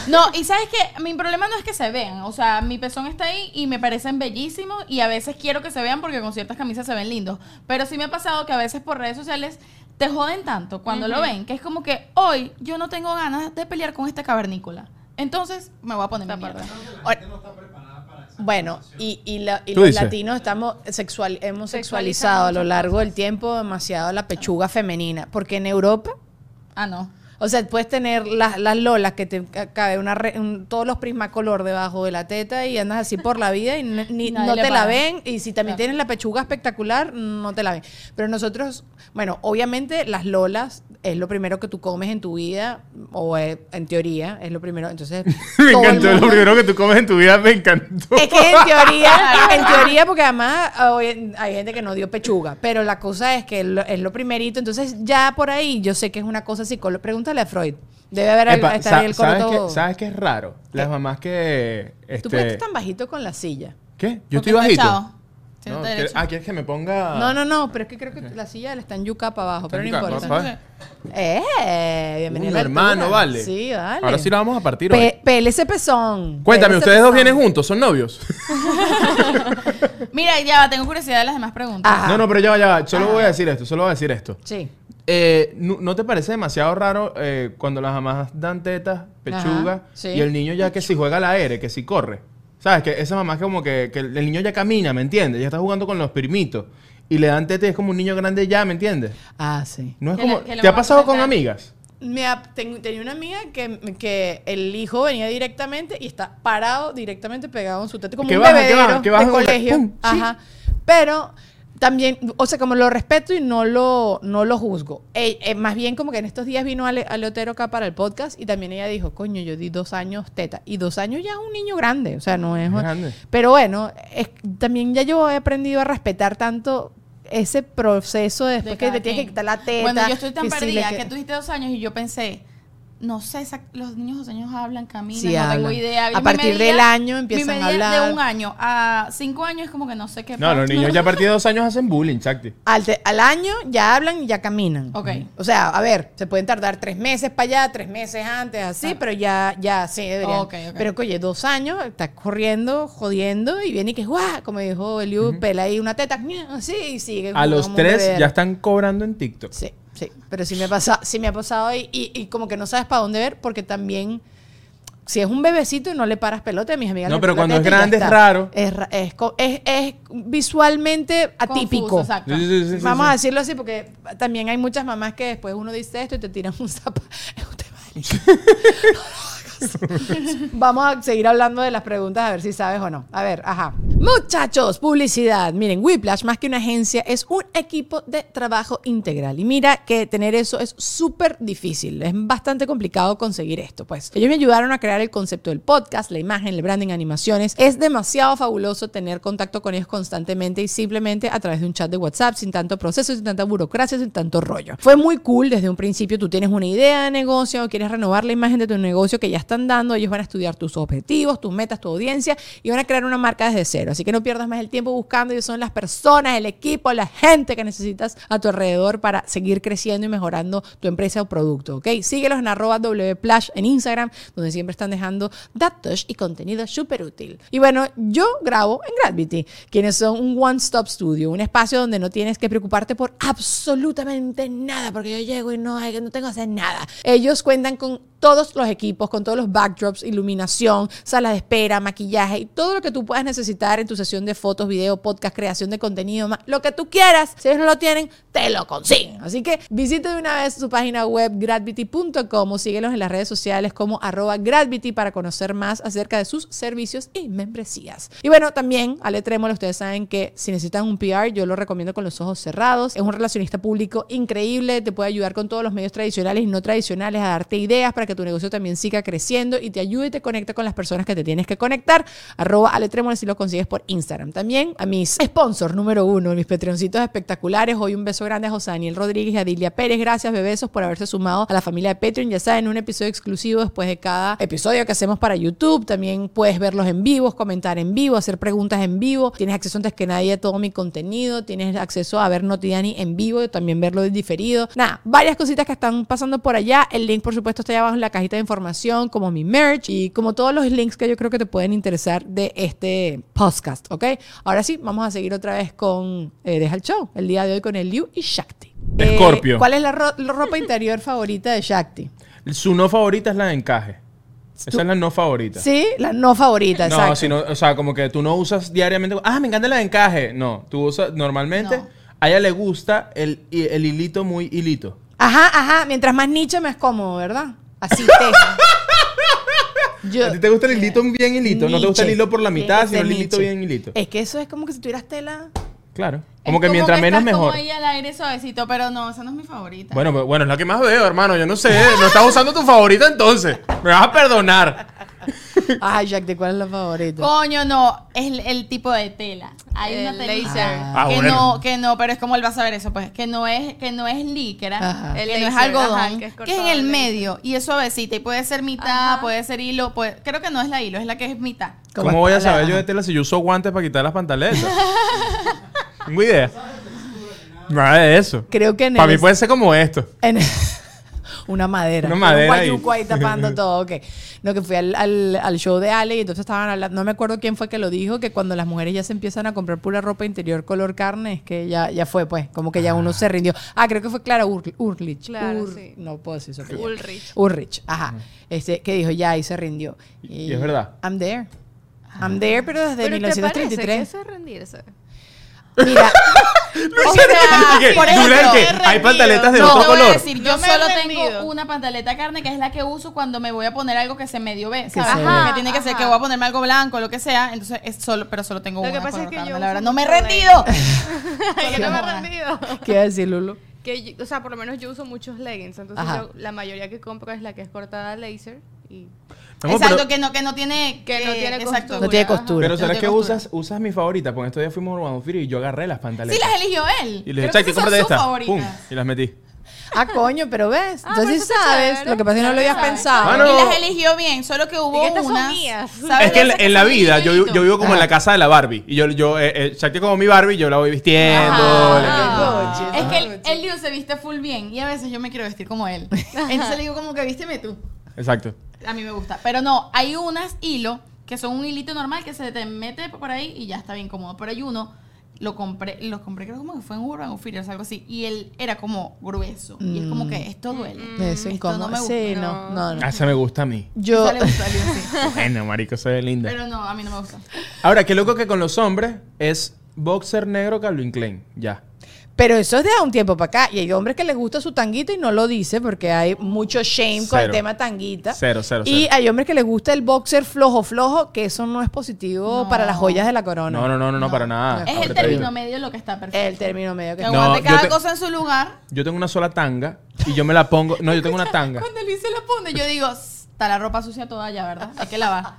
No, y sabes que mi problema no es que se vean, o sea, mi pezón está ahí y me parecen bellísimos y a veces quiero que se vean porque con ciertas camisas se ven lindos, pero sí me ha pasado que a veces por redes sociales te joden tanto cuando lo ven, que es como que hoy yo no tengo ganas de pelear con esta cavernícola. Entonces me voy a poner mi mierda. Bueno, y, y la- y Tú los dices. latinos estamos sexual, hemos sexualizado a lo largo del tiempo demasiado la pechuga femenina. Porque en Europa, Ah, no. o sea, puedes tener las, las lolas que te ca- cabe una re- un- todos los prismacolor debajo de la teta y andas así por la vida y n- ni- Nadie no le te la para. ven. Y si también Claro. tienes la pechuga espectacular, no te la ven. Pero nosotros, bueno, obviamente las lolas es lo primero que tú comes en tu vida, o es- en teoría es lo primero. Entonces, me todo el encantó. Lo mundo- primero que tú comes en tu vida me encantó. es que en teoría, en teoría, porque además ah, hoy en- hay gente que no dio pechuga, pero la cosa es que lo- es lo primerito. Entonces, ya por ahí yo sé que es una cosa psicológica. Pregúntale a Freud. Debe haber al- Epa, estar sa- ahí el ¿sabes, coro todo. qué, ¿Sabes qué es raro? Las mamás que... Tú este, por qué estás tan bajito con la silla. ¿Qué? Yo pues, Porque estoy bajito. echado. No, Siéntate ¿quiere- derecho. ah, ¿quieres que me ponga...? No, no, no, pero es que creo que la silla le está en yuca para abajo, pero no yuca, importa. papá. Eh, Uy, bienvenido. a la hermano, altura. vale. Sí, vale. Ahora sí la vamos a partir hoy. Pe- pele ese pezón. Cuéntame, pele ese ¿ustedes dos pezón. vienen juntos? ¿Son novios? Mira, ya va, tengo curiosidad de las demás preguntas. Ajá. No, no, pero ya va, ya va. Solo Ah. voy a decir esto, solo voy a decir esto. Sí. Eh, ¿no, no te parece demasiado raro eh, cuando las mamás dan tetas, pechuga, Ajá, sí. y el niño ya que si juega la R, que si corre? ¿Sabes? Que esa mamá es como que, que el niño ya camina, ¿me entiendes? Ya está jugando con los primitos. Y le dan tetas y es como un niño grande ya, ¿me entiendes? Ah, sí. No es Que la- como... que la ¿Te ha mamá pasado puede con dar- amigas? Me ha- ten- tenía una amiga que, que el hijo venía directamente y está parado directamente pegado en su teta, como Que un baja, que bebedero baja, que baja de como que colegio. pum, sí. Ajá. Pero también, o sea, como lo respeto y no lo, no lo juzgo. Eh, eh, más bien como que en estos días vino Ale, Ale Otero acá para el podcast y también ella dijo, coño, yo di dos años teta. Y dos años ya es un niño grande, o sea, no es... Grande. Pero bueno, es- también ya yo he aprendido a respetar tanto ese proceso de después que cada te tienes que quien. quitar la teta. Bueno, yo estoy tan que sí le perdida que, queda- tú dijiste dos años y yo pensé, no sé, esa- los niños de dos años hablan, caminan, Sí no tengo hablan. idea. A Mi partir del año empiezan mi a medida hablar. De un año a cinco años es como que no sé qué. No, pasa. los niños ya a partir de dos años hacen bullying, Chacti. Al, te- al año ya hablan y ya caminan. Ok. O sea, a ver, se pueden tardar tres meses para allá, tres meses antes, así, pero ya, ya sí deberían. Ok, ok. Pero oye, dos años, estás corriendo, jodiendo, y viene y que guau, como dijo Eliu, pela ahí una teta, ña, así, y sigue. A los como un tres bebedero. ya están cobrando en TikTok. Sí, sí. Pero sí me ha pasado, sí me ha pasado y, y- y como que no sabes para dónde ver, porque también Si es un bebecito y no le paras pelota, mis amigas. No, le pero paran cuando es teta y ya grande es está. raro. Es, ra- es co- es- es visualmente atípico. Confuso, exacto. Sí, sí, sí, sí, Vamos a sí. decirlo así porque también hay muchas mamás que después uno dice esto y te tiran un zapato. Es un tema delicado. Vamos a seguir hablando de las preguntas a ver si sabes o no. A ver, ajá. Muchachos, publicidad. Miren, Whiplash, más que una agencia, es un equipo de trabajo integral. Y mira que tener eso es súper difícil. Es bastante complicado conseguir esto. Pues ellos me ayudaron a crear el concepto del podcast, la imagen, el branding, animaciones. Es demasiado fabuloso tener contacto con ellos constantemente y simplemente a través de un chat de WhatsApp sin tanto proceso, sin tanta burocracia, sin tanto rollo. Fue muy cool desde un principio. Tú tienes una idea de negocio, quieres renovar la imagen de tu negocio que ya están dando. Ellos van a estudiar tus objetivos, tus metas, tu audiencia y van a crear una marca desde cero. Así que no pierdas más el tiempo buscando. Ellos son las personas, el equipo, la gente que necesitas a tu alrededor para seguir creciendo y mejorando tu empresa o producto. ¿ok? Síguelos en arroba wplash en Instagram, donde siempre están dejando datos y contenido súper útil. Y bueno, yo grabo en Gravity, quienes son un one-stop studio, un espacio donde no tienes que preocuparte por absolutamente nada, porque yo llego y no, hay- no tengo que hacer nada. Ellos cuentan con todos los equipos, con todos los backdrops, iluminación, salas de espera, maquillaje y todo lo que tú puedas necesitar en tu sesión de fotos, video, podcast, creación de contenido, ma- lo que tú quieras. Si ellos no lo tienen, te lo consiguen. Así que visita de una vez su página web gradvity.com o síguelos en las redes sociales como arroba gradvity para conocer más acerca de sus servicios y membresías. Y bueno, también Ale Trémola, ustedes saben que si necesitan un PR, yo lo recomiendo con los ojos cerrados. Es un relacionista público increíble, te puede ayudar con todos los medios tradicionales y no tradicionales a darte ideas para que tu negocio también siga creciendo y te ayude y te conecta con las personas que te tienes que conectar. Arroba Ale Trémola si lo consigues por Instagram. También a mis sponsors número uno, mis patreoncitos espectaculares. Hoy un beso grande a José Daniel Rodríguez y a Dilia Pérez. Gracias, bebesos, por haberse sumado a la familia de Patreon. Ya saben, un episodio exclusivo después de cada episodio que hacemos para YouTube. También puedes verlos en vivo, comentar en vivo, hacer preguntas en vivo. Tienes acceso antes que nadie a todo mi contenido. Tienes acceso a ver Notidiani en vivo y también verlo en diferido. Nada, varias cositas que están pasando por allá. El link, por supuesto, está allá abajo en la cajita de información, como mi merch y como todos los links que yo creo que te pueden interesar de este podcast, ¿ok? Ahora sí, vamos a seguir otra vez con eh, Deja el Show, el día de hoy con el Liu y Shakti. Eh, Escorpio. ¿Cuál es la, ro- la ropa interior favorita de Shakti? Su no favorita es la de encaje. Esa es la no favorita. Sí, la no favorita, No, exacto. sino, o sea, como que tú no usas diariamente. Ah, me encanta la de encaje. No, tú usas normalmente. No. A ella le gusta el, el hilito muy hilito. Ajá, ajá. Mientras más nicho, más cómodo, ¿verdad? Así te. Yo, ¿A ti te gusta el hilito bien hilito? ¿No te gusta el Niche. hilo por la Tiene mitad, que sino ser el hilito niche. bien hilito? Es que eso es como que si tuvieras tela. Claro. Es Como que mientras menos, estás mejor. Como ahí al aire suavecito, pero no, esa no es mi favorita. Bueno, pero- bueno, es la que más veo, hermano. Yo no sé. No estás usando tu favorita entonces. Me vas a perdonar. Ay, Jack, ¿de cuál es la favorita? Coño, no, es el, el tipo de tela. Hay una El telita laser. Ah, que bueno. no, que no, pero es como él va a saber eso, pues, que no es, que no es líquera, Ajá. que El no es laser, algodón, ajá, que que, es es en cortado, el el laser. medio y es suavecita y puede ser mitad, puede ser hilo, puede- creo que no es la hilo, es la que es mitad. ¿Cómo, voy a saber yo de tela si yo uso guantes para quitar las pantaletas? Tengo idea. Nada de eso. Creo que en Para el- mí puede ser como esto. En- una madera. Una madera Un ahí. guayuco ahí tapando todo. Ok. No, que fui al, al- al show de Ale y entonces estaban hablando. No me acuerdo quién fue que lo dijo, que cuando las mujeres ya se empiezan a comprar pura ropa interior color carne, es que ya, ya fue, pues. Como que ya uno se rindió. Ah, creo que fue Clara Ur- Urlich. Claro, Ur- sí. No puedo decir eso. Ulrich. Urrich, ajá. Este, que dijo ya y se rindió. Y- y es verdad. I'm there. I'm there, pero desde Pero te parece que 1933. eso es rendirse. Mira, O sea, ¿Y qué? por ¿Dura ejemplo, el qué? he Hay rendido. pantaletas de No, otro te voy a color. decir, yo No me he solo tengo rendido. una pantaleta de carne que es la que uso cuando me voy a poner algo que se medio ve, ¿sabes? se Porque vea. tiene que ser Ajá. que voy a ponerme algo blanco, lo que sea, entonces es solo, pero solo tengo Lo una que pasa color es que carne, yo la uso verdad, no me he mucho rendido. Ay, que no me he Joda. rendido. ¿qué iba a decir Lulu? Que yo- o sea, por lo menos yo uso muchos leggings, entonces Ajá. yo la mayoría que compro es la que es cortada a laser y No, exacto, pero- que no, que no tiene, que no tiene exacto. costura. No tiene Ajá. costura. Pero ¿sabes Yo qué tengo usas? Usas mi favorita, porque en estos días fuimos a Urban Outfitters y yo agarré las Sí, pantaletas. las eligió él. y le Creo que dije, Chaki, esas son cómprate sus esta. Pum, favoritas. y las metí. Ah, coño, pero ves. Ah, Entonces pero eso está sabes. chévere. Lo que pasa es que no lo habías Exacto. pensado. Mano. Y las eligió bien, solo que hubo Y que estas son unas. mías. ¿sabes? Es que en, Esas en la son vida, yo, hilito. yo vivo como en la casa de la Barbie. Y yo, yo eh, eh, Shakti como mi Barbie, yo la voy vistiendo. Ajá. le- Ah. Es que el, el Liu se viste full bien y a veces yo me quiero vestir como él. Entonces le digo como que vísteme tú. Exacto. A mí me gusta. Pero no, hay unas hilo que son un hilito normal que se te mete por ahí y ya está bien cómodo. Pero hay uno lo compré, los compré creo como que fue en Urban Outfitters, algo así, y él era como grueso. Y es como que esto duele. Mm. Eso Esto incómodo. no me gusta. sí, no, no, no. Ah, esa me gusta a mí. Yo, Sale un salido así. Bueno, marico, se ve linda. Pero no, a mí no me gusta. Ahora, qué loco que con los hombres es boxer negro Calvin Klein. Ya. pero eso es de un tiempo para acá. Y hay hombres que les gusta su tanguita y no lo dice porque hay mucho shame con el Cero. tema tanguita. Cero, cero, Y cero. hay hombres que les gusta el boxer flojo, flojo, que eso no es positivo No. para las joyas de la corona. No, no, no, no, no, para nada. Es el Ahorita término digo. medio lo que está perfecto. El término medio que Que No, aguante yo cada te- cosa en su lugar. Yo tengo una sola tanga y yo me la pongo. No, yo tengo una tanga. Cuando Luis se la pone, yo digo, está la ropa sucia toda ya, ¿verdad? Hay que lavar.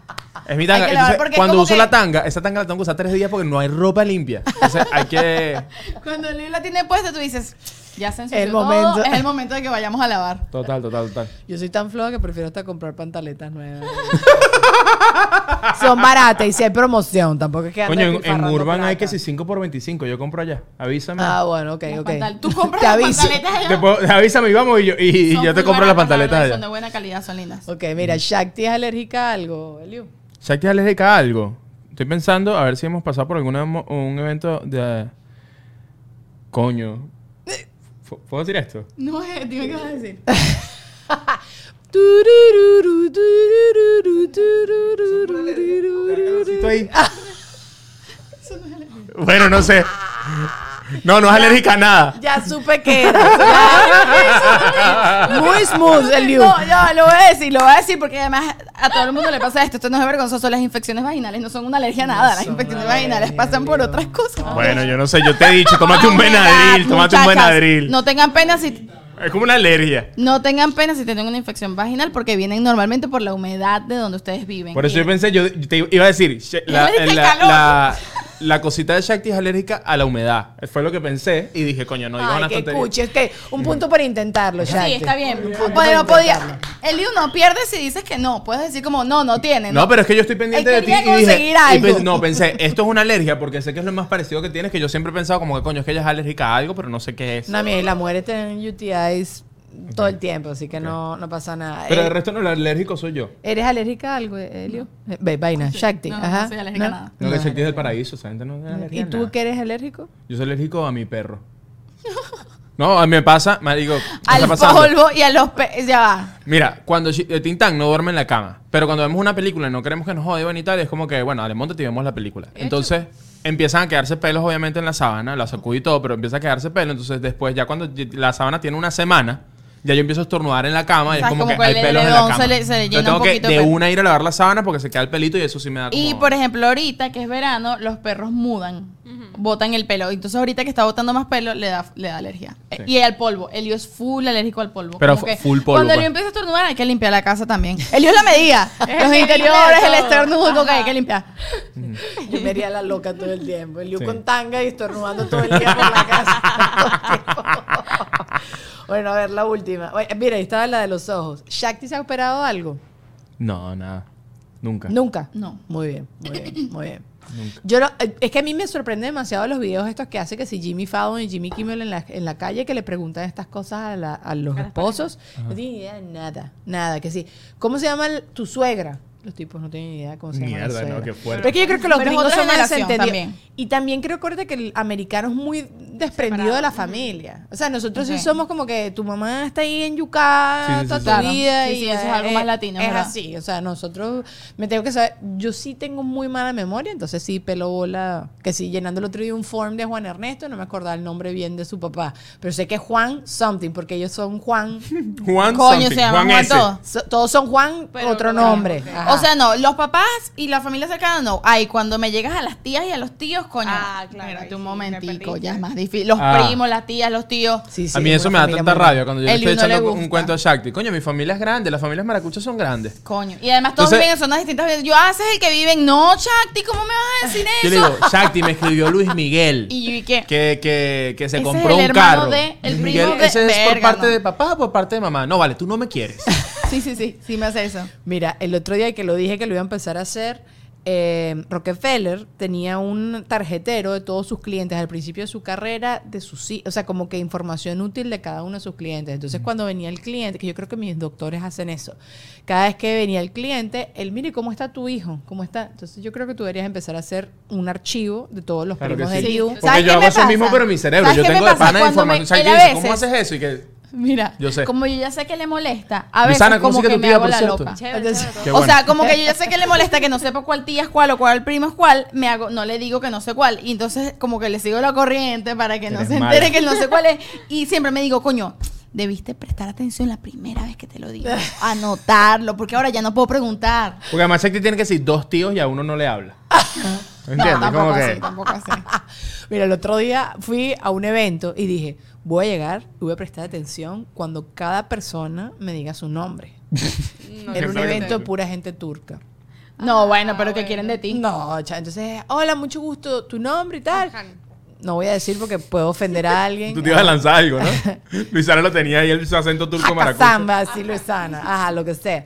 Es mi tanga. Hay que lavar Entonces, porque es cuando como uso que- la tanga, esa tanga la tengo que usar tres días porque no hay ropa limpia. Entonces hay que. Cuando Luis la tiene puesta, tú dices, ya se ensució El todo, momento. es el momento de que vayamos a lavar. Total, total, total. Yo soy tan floja que prefiero hasta comprar pantaletas nuevas. Son baratas y si hay promoción, tampoco es que Coño, andes en, en despilfarrando Urban hay que plata. si 5 por 25. Yo compro allá. Avísame. Ah, bueno, ok, Las ok. pantal- Tú compras Te las aviso. pantaletas allá. Te puedo- avísame y vamos y yo, y, y Son yo te muy compro las baratas, la pantaletas verdad, Son de allá. buena calidad, son lindas. Ok, mira, Shakti es alérgica a algo, Eliu. Shakti es alérgica a algo. Estoy pensando a ver si hemos pasado por alguna mo- un evento de. Coño. ¿Pu- ¿Puedo decir esto? No, eh, dime qué vas a decir. Turururu, turururu, turururu. Estoy Ah. Bueno, no sé. No, no es alérgica a nada. Ya supe que era. Muy smooth, Eliu. No, yo lo voy a decir, lo voy a decir porque además a todo el mundo le pasa esto. Esto no es vergonzoso. Las infecciones vaginales no son una alergia a nada. Las infecciones vaginales pasan por otras cosas. Bueno, yo no sé, yo te he dicho, tómate un Benadryl, Benadryl, tómate un Benadryl. No tengan pena si Es como una alergia. no tengan pena si tienen una infección vaginal porque vienen normalmente por la humedad de donde ustedes viven. Por eso Y- yo pensé, yo yo te iba a decir, she- la, Alérgica al la- calor. la- la cosita de Shakti es alérgica a la humedad. Fue lo que pensé y dije, coño, no digo Ay, una que tontería. escuche, es que un punto por intentarlo, Shakti. Sí, está bien. punto Bueno, para podía. intentarlo. El lío no pierde si dices que no. Puedes decir como no, no tiene. No, pero es que yo estoy pendiente Él de ti quería y dije, conseguir y algo. pensé- no, pensé, esto es una alergia porque sé que es lo más parecido que tienes, que yo siempre he pensado como que coño, es que ella es alérgica a algo, pero no sé qué es. No, mira, y las mujeres tienen UTIs todo el tiempo, así que no, no pasa nada. Pero Eh, el resto no, el alérgico soy yo. ¿Eres alérgica a algo, Elio? Ve, vaina, Shakti. No, no ajá. soy alérgica a nada. No, que Shakti es del paraíso, esa gente no es alérgica ¿Y a tú nada. que eres alérgico? Yo soy alérgico a mi perro. No, a mí me pasa, marico, me Al está pasando. polvo y a los pe- ya va. Mira, cuando Chi- eh, Tintán no duerme en la cama, pero cuando vemos una película y no queremos que nos jodan y tal, es como que, bueno, dale, montate y vemos la película. Entonces, empiezan a quedarse pelos, obviamente, en la sábana, la sacudí y todo, pero empieza a quedarse pelo. Entonces, después, ya cuando y- la sábana tiene una semana, ya yo empiezo a estornudar en la cama y es sea, como, como que que hay el pelos en la edredón cama. se le- se le Yo llena tengo un que poquito de de pelo. una ir a lavar la sábana porque se queda el pelito y eso sí me da como... Y por ejemplo, ahorita que es verano, los perros mudan, botan el pelo. Entonces, ahorita que está botando más pelo, le da, le da alergia. Sí. Eh, Y al polvo. Elio es full alérgico al polvo. Pero Como fu- que full polvo, Cuando pues. Elio empieza a estornudar, hay que limpiar la casa también. Elio es la medida. los interiores, el estornudo, como que hay que limpiar. Yo me haría la loca todo el tiempo. El Liu Sí. con tanga y estornudando todo el día por la casa. bueno, a ver, la última. Oye, mira, ahí estaba la de los ojos. ¿Shakti se ha operado algo? No, nada. Nunca. Nunca. No. Muy bien, muy bien, muy bien. Yo no- eh, es que a mí me sorprende demasiado los videos estos que hace que si Jimmy Fallon y Jimmy Kimmel en la, en la calle que le preguntan estas cosas a, la- a los esposos. No tienen idea de nada, nada. Que sí. ¿Cómo se llama el- tu suegra? Los tipos no tienen idea cómo se llama. la Mierda, no, suegra. qué fuerte. Pero es que yo creo que los Pero es gringos otra son más generación desentendidos. también. Y también creo, acuérdate que el americano es muy desprendido de la familia. O sea, nosotros Ok. sí somos como que tu mamá está ahí en Yucatán Sí, sí, sí, toda sí. tu Claro. vida. Sí, y sí, eso es algo más latino, Es ¿verdad? así. Sí, o sea, nosotros me tengo que saber. Yo sí tengo muy mala memoria, entonces sí, pelo bola. Que sí, llenando el otro día un form de Juan Ernesto, no me acordaba el nombre bien de su papá. Pero sé que es Juan something, porque ellos son Juan. Juan Coño, something, se llama Juan Juan S. todo. so- todos son Juan, Pero otro no, nombre. ok. Ajá. O sea, no, los papás y la familia cercana no. Ay, cuando me llegas a las tías y a los tíos, coño. Ah, claro, ahí Espérate un sí, me momentico, perdiste. ya es más difícil. Los Ah. primos, las tías, los tíos. Sí, sí, a mí es eso me una da familia tanta muy- rabia cuando yo le El estoy uno le echando un gusta. cuento a Shakti. Coño, mi familia es grande, las familias maracuchas son grandes. Coño. Y además todos Entonces- viven en zonas distintas. Yo, ah, ese es el que vive en. No, Chakti, ¿cómo me vas a decir eso? Yo le digo, Shakti, me escribió Luis Miguel. Y yo, ¿y qué? Que, que, que se Ese compró es el un hermano carro. de- el Luis primo Miguel, de- ese es por verga, parte no. de papá o por parte de mamá. No, vale, tú no me quieres. Sí, sí, sí. Sí me hace eso. Mira, el otro día que lo dije que lo iba a empezar a hacer, eh, Rockefeller tenía un tarjetero de todos sus clientes al principio de su carrera, de sus, hi- o sea, como que información útil de cada uno de sus clientes. Entonces, Mm. cuando venía el cliente, que yo creo que mis doctores hacen eso, cada vez que venía el cliente, él, mire, ¿cómo está tu hijo? ¿Cómo está? Entonces, yo creo que tú deberías empezar a hacer un archivo de todos los Claro que primos sí. de Liu. Porque ¿Sabes yo qué hago me eso pasa? mismo, pero en mi cerebro. ¿Sabes Yo qué me tengo de pasa? pana de Cuando me- información. O sea, él yo a dice, ¿cómo veces- haces eso? Y que. Mira, Yo sé. como yo ya sé que le molesta, a veces Luisana, ¿cómo como sigue que tu me tía, hago por la cierto? loca. Chévere, Entonces, Qué O bueno. sea, como que yo ya sé que le molesta que no sepa cuál tía es cuál o cuál primo es cuál, me hago, no le digo que no sé cuál. Y entonces como que le sigo la corriente para que no Eres se entere mala. que no sé cuál es. Y siempre me digo, coño, debiste prestar atención la primera vez que te lo digo. Anotarlo, porque ahora ya no puedo preguntar. Porque además Shakti tiene que decir dos tíos y a uno no le habla. ¿Entiendes? No, tampoco Como así, que. tampoco así. Mira, el otro día fui a un evento y dije, voy a llegar y voy a prestar atención cuando cada persona me diga su nombre. Era un Exacto. evento de pura gente turca. No, Ah, bueno, pero ¿qué quieren de ti? No, cha, entonces, hola, mucho gusto, tu nombre y tal. No voy a decir porque puedo ofender a alguien. Tú te ibas a lanzar algo, ¿no? Luisana lo tenía y él su acento turco Jaca maracucho. Samba, así Luisana, ajá, lo que sea.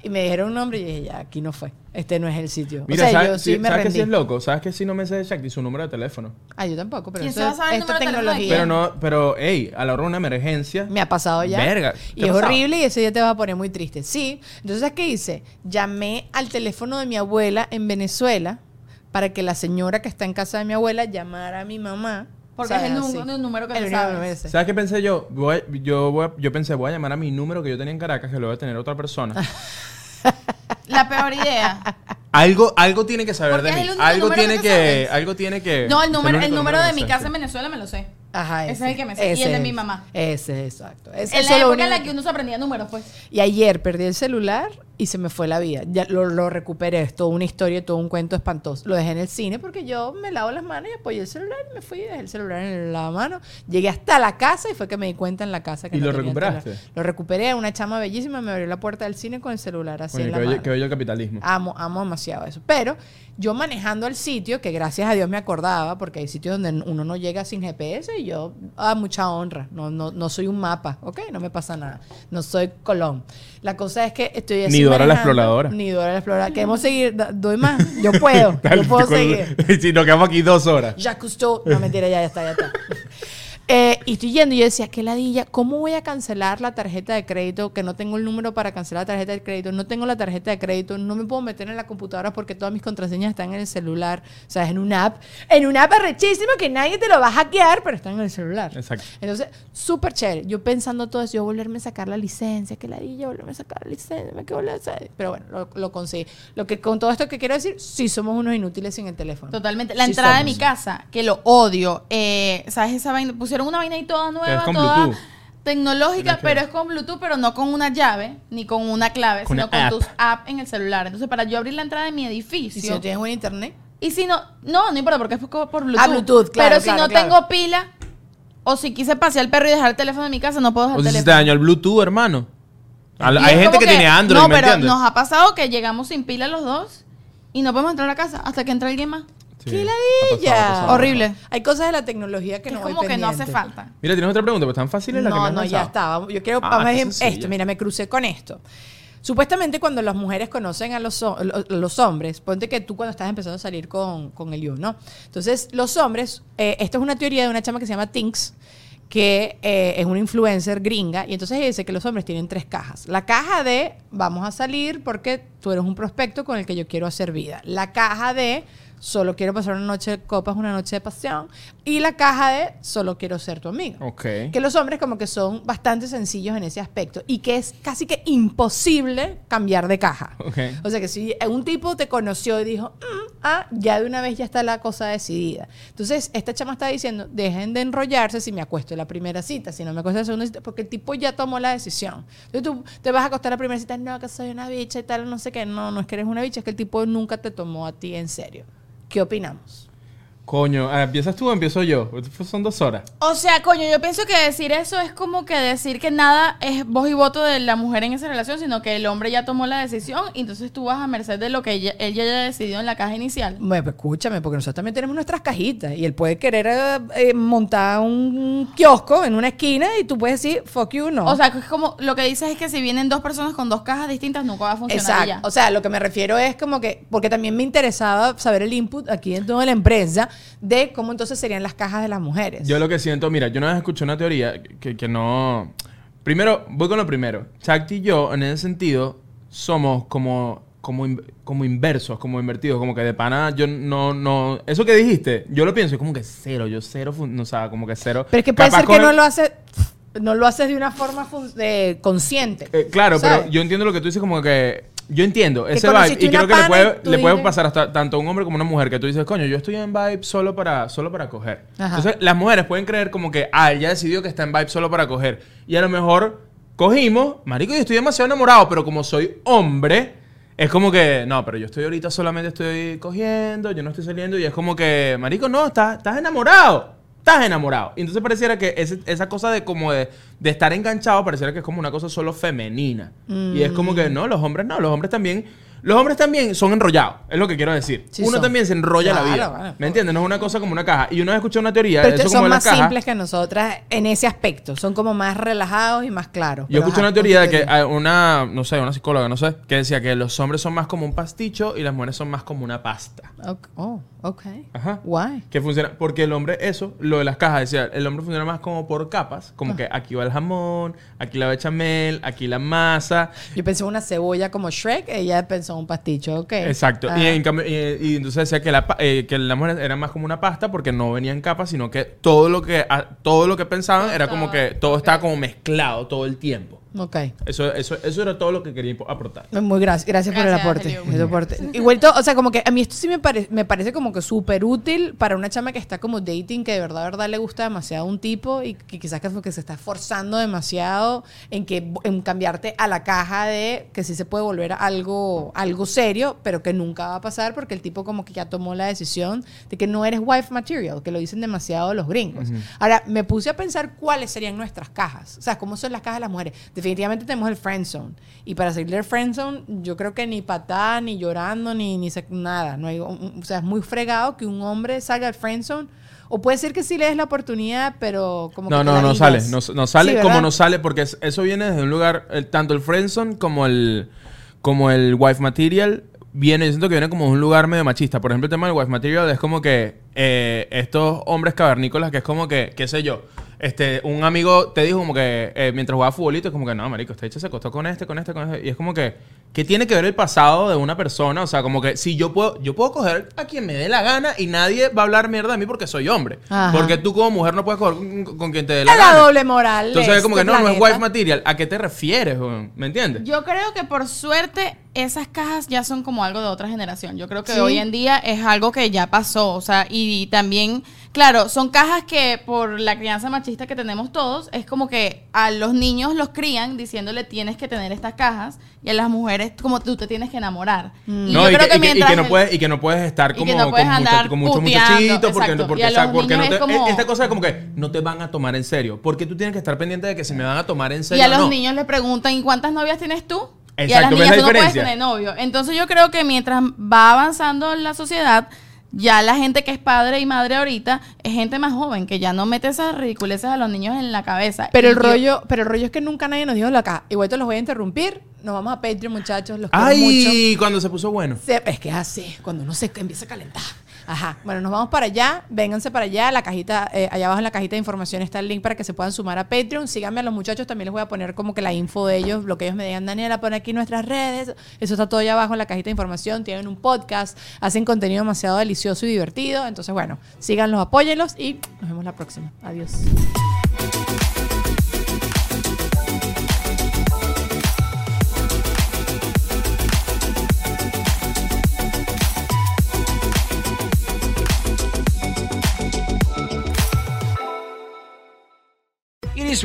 Y me dijeron un nombre y dije, ya, aquí no fue. Este no es el sitio. Mira, o sea, ¿sabes, yo sí sí- me ¿sabes que sí rendí. es loco? ¿Sabes que sí no me sé de Shakti su número de teléfono? ah, yo tampoco, pero ¿Quién se eso, va a saber el esto es número de teléfono de tecnología. Pero no, pero, hey, a la hora de una emergencia. Me ha pasado ya. Verga, ¿te Y es ha pasado? horrible y ese día te vas a poner muy triste. Sí. Entonces, ¿qué hice? Llamé al teléfono de mi abuela en Venezuela para que la señora que está en casa de mi abuela llamara a mi mamá. Porque es el ¿Sabes? nu- Así. el número que El te único sabes. me sé. ¿Sabes qué pensé yo? Voy- yo, voy a- yo pensé, voy a llamar a mi número que yo tenía en Caracas, que lo va a tener otra persona. Ah. La peor idea. Algo, algo tiene que saber Porque de es mí. el único Algo número tiene que que, sabes. algo tiene que. No, el es número, el único número de mi sé, casa sí. en Venezuela me lo sé. Ajá, Ese es el que me sé. Y Ese el de mi es. mamá. Ese, exacto. Ese- En eso la es lo época en la único. que uno se aprendía números, pues. Y ayer perdí el celular y se me fue la vida. Ya lo, lo recuperé. Es toda una historia, todo un cuento espantoso. Lo dejé en el cine porque yo me lavo las manos y apoyé el celular y me fui y dejé el celular en el lavamano. Llegué hasta la casa y fue que me di cuenta en la casa que ¿Y no lo tenía el recuperaste? celular. Lo recuperé. Una chama bellísima me abrió la puerta del cine con el celular así Coño, en que la bello, mano. que bello el capitalismo. Ah, Amo, amo demasiado eso. Pero yo manejando al sitio, que gracias a Dios me acordaba, porque hay sitios donde uno no llega sin GPS y yo, a mucha honra, no, no, no soy un mapa, ¿ok? No me pasa nada. No soy Colón. La cosa es que estoy así Ni Dora la manejando, Exploradora. Ni Dora la Exploradora. Queremos seguir, da- doy más. Yo puedo, yo puedo seguir. si nos quedamos aquí dos horas. Jacques Cousteau. No, mentira, ya, ya está, ya está. Eh, y estoy yendo y yo decía, qué ladilla, ¿cómo voy a cancelar la tarjeta de crédito? Que no tengo el número para cancelar la tarjeta de crédito, no tengo la tarjeta de crédito, no me puedo meter en la computadora porque todas mis contraseñas están en el celular, o sea, en una app, en una app arrechísima que nadie te lo va a hackear, pero están en el celular. Exacto. Entonces, súper chévere. Yo pensando todo eso, yo volverme a sacar la licencia, que la di, yo volverme a sacar la licencia, me quedo la licencia. Pero bueno, lo, lo conseguí. Lo que con todo esto que quiero decir, sí somos unos inútiles sin el teléfono. Totalmente. La Sí entrada de somos. mi casa, que lo odio. eh, ¿Sabes esa vaina? Pusieron una vaina ahí toda nueva, Es con toda Bluetooth. tecnológica, Tienes que- pero es con Bluetooth, pero no con una llave, ni con una clave, Con sino una con app. tus apps en el celular. Entonces, para yo abrir la entrada de mi edificio. Y si no tienes buen internet. Y si no, no, no importa, porque es por por Bluetooth. Ah, Bluetooth, claro, Pero si claro, no claro. tengo pila, o si quise pasear al perro y dejar el teléfono en mi casa, no puedo dejar O el sea, si teléfono. te dañó el Bluetooth, hermano. Al- Y Hay es gente como que, tiene Android, no, ¿me pero entiendes? nos ha pasado que llegamos sin pila los dos y no podemos entrar a la casa hasta que entre alguien más. Sí, ¡Qué ha pasado, ha pasado, ha ladilla! pasado. Horrible. Hay cosas de la tecnología que es no voy como que no hace pendiente. falta. Mira, tienes otra pregunta, pues tan fácil es la que me No, has no, ya lanzado. estaba. Yo quiero Ah, vamos a está decir sencilla. esto. Mira, me crucé con esto. Supuestamente cuando las mujeres conocen a los, hom- lo- los hombres, ponte que tú cuando estás empezando a salir con, con el you, ¿no? Entonces, los hombres, eh, esto es una teoría de una chama que se llama Tinks, que eh, es una influencer gringa, y entonces ella dice que los hombres tienen tres cajas. La caja de vamos a salir porque tú eres un prospecto con el que yo quiero hacer vida. La caja de solo quiero pasar una noche de copas, una noche de pasión. Y la caja de solo quiero ser tu amigo Ok. que los hombres como que son bastante sencillos en ese aspecto y que es casi que imposible cambiar de caja. Ok. O sea que si un tipo te conoció y dijo, "Mm, ah, ya de una vez ya está la cosa decidida. Entonces, esta chama está diciendo, dejen de enrollarse si me acuesto en la primera cita, si no me acuesto en la segunda cita, porque el tipo ya tomó la decisión. Entonces tú te vas a acostar en la primera cita, no, que soy una bicha y tal, no sé qué, no, no es que eres una bicha, es que el tipo nunca te tomó a ti en serio. ¿Qué opinamos? Coño, ah, ¿empiezas tú o empiezo yo? Pues Son dos horas. O sea, coño, yo pienso que decir eso es como que decir que nada es voz y voto de la mujer en esa relación, sino que el hombre ya tomó la decisión y entonces tú vas a merced de lo que ella, él ya haya decidido en la caja inicial. Bueno, pues escúchame, porque nosotros también tenemos nuestras cajitas y él puede querer eh, eh, montar un kiosco en una esquina y tú puedes decir, fuck you, no. O sea, que es como lo que dices es que si vienen dos personas con dos cajas distintas nunca va a funcionar. y Exacto. ya. O sea, lo que me refiero es como que, porque también me interesaba saber el input aquí dentro de la empresa de cómo entonces serían las cajas de las mujeres. Yo lo que siento, mira, yo una vez escuché una teoría que, que no. Primero, voy con lo primero. Chakti y yo, en ese sentido, somos como. Como, in- como inversos, como invertidos, como que de pana, yo no, no. Eso que dijiste, yo lo pienso, es como que cero, yo cero, fun- no, o sea, como que cero. pero es que puede Capaz ser que con no el- lo haces no lo haces de una forma fun- eh, consciente. Eh, claro, ¿Sabes? pero yo entiendo lo que tú dices, como que. Yo entiendo ese vibe. conociste Y una creo que le pana puede, y tú le puede dices- pasar hasta tanto a un hombre como a una mujer que tú dices, coño, yo estoy en vibe solo para, solo para coger. Ajá. Entonces, las mujeres pueden creer como que, ah, él ya decidió que está en vibe solo para coger. Y a lo mejor cogimos, marico, yo estoy demasiado enamorado, pero como soy hombre, es como que, no, pero yo estoy ahorita solamente estoy cogiendo, yo no estoy saliendo. Y es como que, marico, no, estás, estás enamorado. Estás enamorado. Y entonces pareciera que ese- esa cosa de como de, de estar enganchado pareciera que es como una cosa solo femenina. Y es como Mm. que no, los hombres no, los hombres también, los hombres también son enrollados, es lo que quiero decir. Sí, Uno son. también se enrolla la Claro, vida. vale. ¿Me entiendes? No es una cosa como una caja. Y una vez escuché una teoría, Pero eso ustedes como son de la más caja. simples que nosotras en ese aspecto. Son como más relajados y más claros. Yo Pero, escuché ajá, una teoría de ¿cuál es que tu hay una, no sé, una psicóloga, no sé, que decía que los hombres son más como un pasticho y las mujeres son más como una pasta. Ok- Oh, ok. Ajá. Why? Que funciona, porque el hombre, eso, lo de las cajas, decía, el hombre funciona más como por capas, Ah. como que aquí va el jamón, aquí la bechamel, aquí la masa, Yo pensé en una cebolla como Shrek, ella pensó en un pasticho, ok. Exacto. Y, Ah. en cambio- y- y entonces decía que la, pa- eh, que la mujer era más como una pasta porque no venía en capas, sino que todo lo que a- todo lo que pensaban era como que todo estaba como mezclado todo el tiempo. Ok. Eso, eso, eso era todo lo que quería impo- aportar. Muy gracias, gracias por el Gracias, aporte. Angelio. el aporte. Igualito, o sea, como que a mí esto sí me, pare- me parece como que súper útil para una chama que está como dating, que de verdad, de verdad le gusta demasiado un tipo y que quizás que, es que se está esforzando demasiado en que en cambiarte a la caja de que sí se puede volver a algo, algo serio, pero que nunca va a pasar porque el tipo como que ya tomó la decisión de que no eres wife material, que lo dicen demasiado los gringos. Ahora, me puse a pensar cuáles serían nuestras cajas. O sea, cómo son las cajas de las mujeres. Definitivamente tenemos el friend zone. Y para salir del friend zone, yo creo que ni patá, ni llorando, ni, ni se- nada. No hay, o sea, es muy fregado que un hombre salga del friend zone. O puede ser que sí le des la oportunidad, pero como No, que te no, la no vivas. sale. No, no sale Sí, ¿verdad? como no sale porque es- eso viene desde un lugar, el- tanto el friendzone como el, como el wife material. Viene, yo siento que viene como de un lugar medio machista. Por ejemplo, el tema del wife material es como que eh, estos hombres cavernícolas que es como que, qué sé yo, este, un amigo te dijo como que eh, mientras jugaba futbolito, es como que no, marico, este hecho se acostó con este, con este, con este. Y es como que, ¿qué tiene que ver el pasado de una persona? O sea, como que si yo puedo, yo puedo coger a quien me dé la gana y nadie va a hablar mierda de mí porque soy hombre. Ajá. Porque tú como mujer no puedes coger con, con quien te dé Ya la la gana. doble moral. Entonces de es como que este no, no es planeta. wife material. ¿A qué te refieres, weón? ¿Me entiendes? Yo creo que por suerte esas cajas ya son como algo de otra generación. Yo creo que Sí. hoy en día es algo que ya pasó, o sea, y, también, claro, son cajas que por la crianza machista que tenemos todos, es como que a los niños los crían diciéndole tienes que tener estas cajas y a las mujeres como tú te tienes que enamorar. Y No, yo y creo que, y que- y que no el- puedes, y que no puedes estar y como que no puedes con, mucha- andar con muchos puteando, muchachitos, porque, exacto. no- porque, Y a o sea, los porque no niños te, es como- e- esta cosa es como que no te van a tomar en serio. Porque tú tienes que estar pendiente de que si me van a tomar en Y serio. a o los no. niños les preguntan, ¿y cuántas novias tienes tú? y a las Exacto, ¿ves niñas la tú no puedes diferencia? tener novio. Entonces yo creo que mientras va avanzando la sociedad, ya la gente que es padre y madre ahorita es gente más joven, que ya no mete esas ridiculeces a los niños en la cabeza. Pero Y el yo- rollo, pero el rollo es que nunca nadie nos dijo la caja. Igual te los voy a interrumpir. Nos vamos a Patreon, muchachos. pues, Los quiero mucho. Ay, cuando se puso bueno. Se- es que es así, cuando uno se empieza a calentar. Ajá. Bueno, nos vamos para allá. Vénganse para allá. La cajita, eh, allá abajo en la cajita de información está el link para que se puedan sumar a Patreon. Síganme a los muchachos. También les voy a poner como que la info de ellos, lo que ellos me digan. Daniela, pon aquí nuestras redes. Eso está todo allá abajo en la cajita de información. Tienen un podcast. Hacen contenido demasiado delicioso y divertido. Entonces, bueno, síganlos, apóyenlos y nos vemos la próxima. Adiós. It is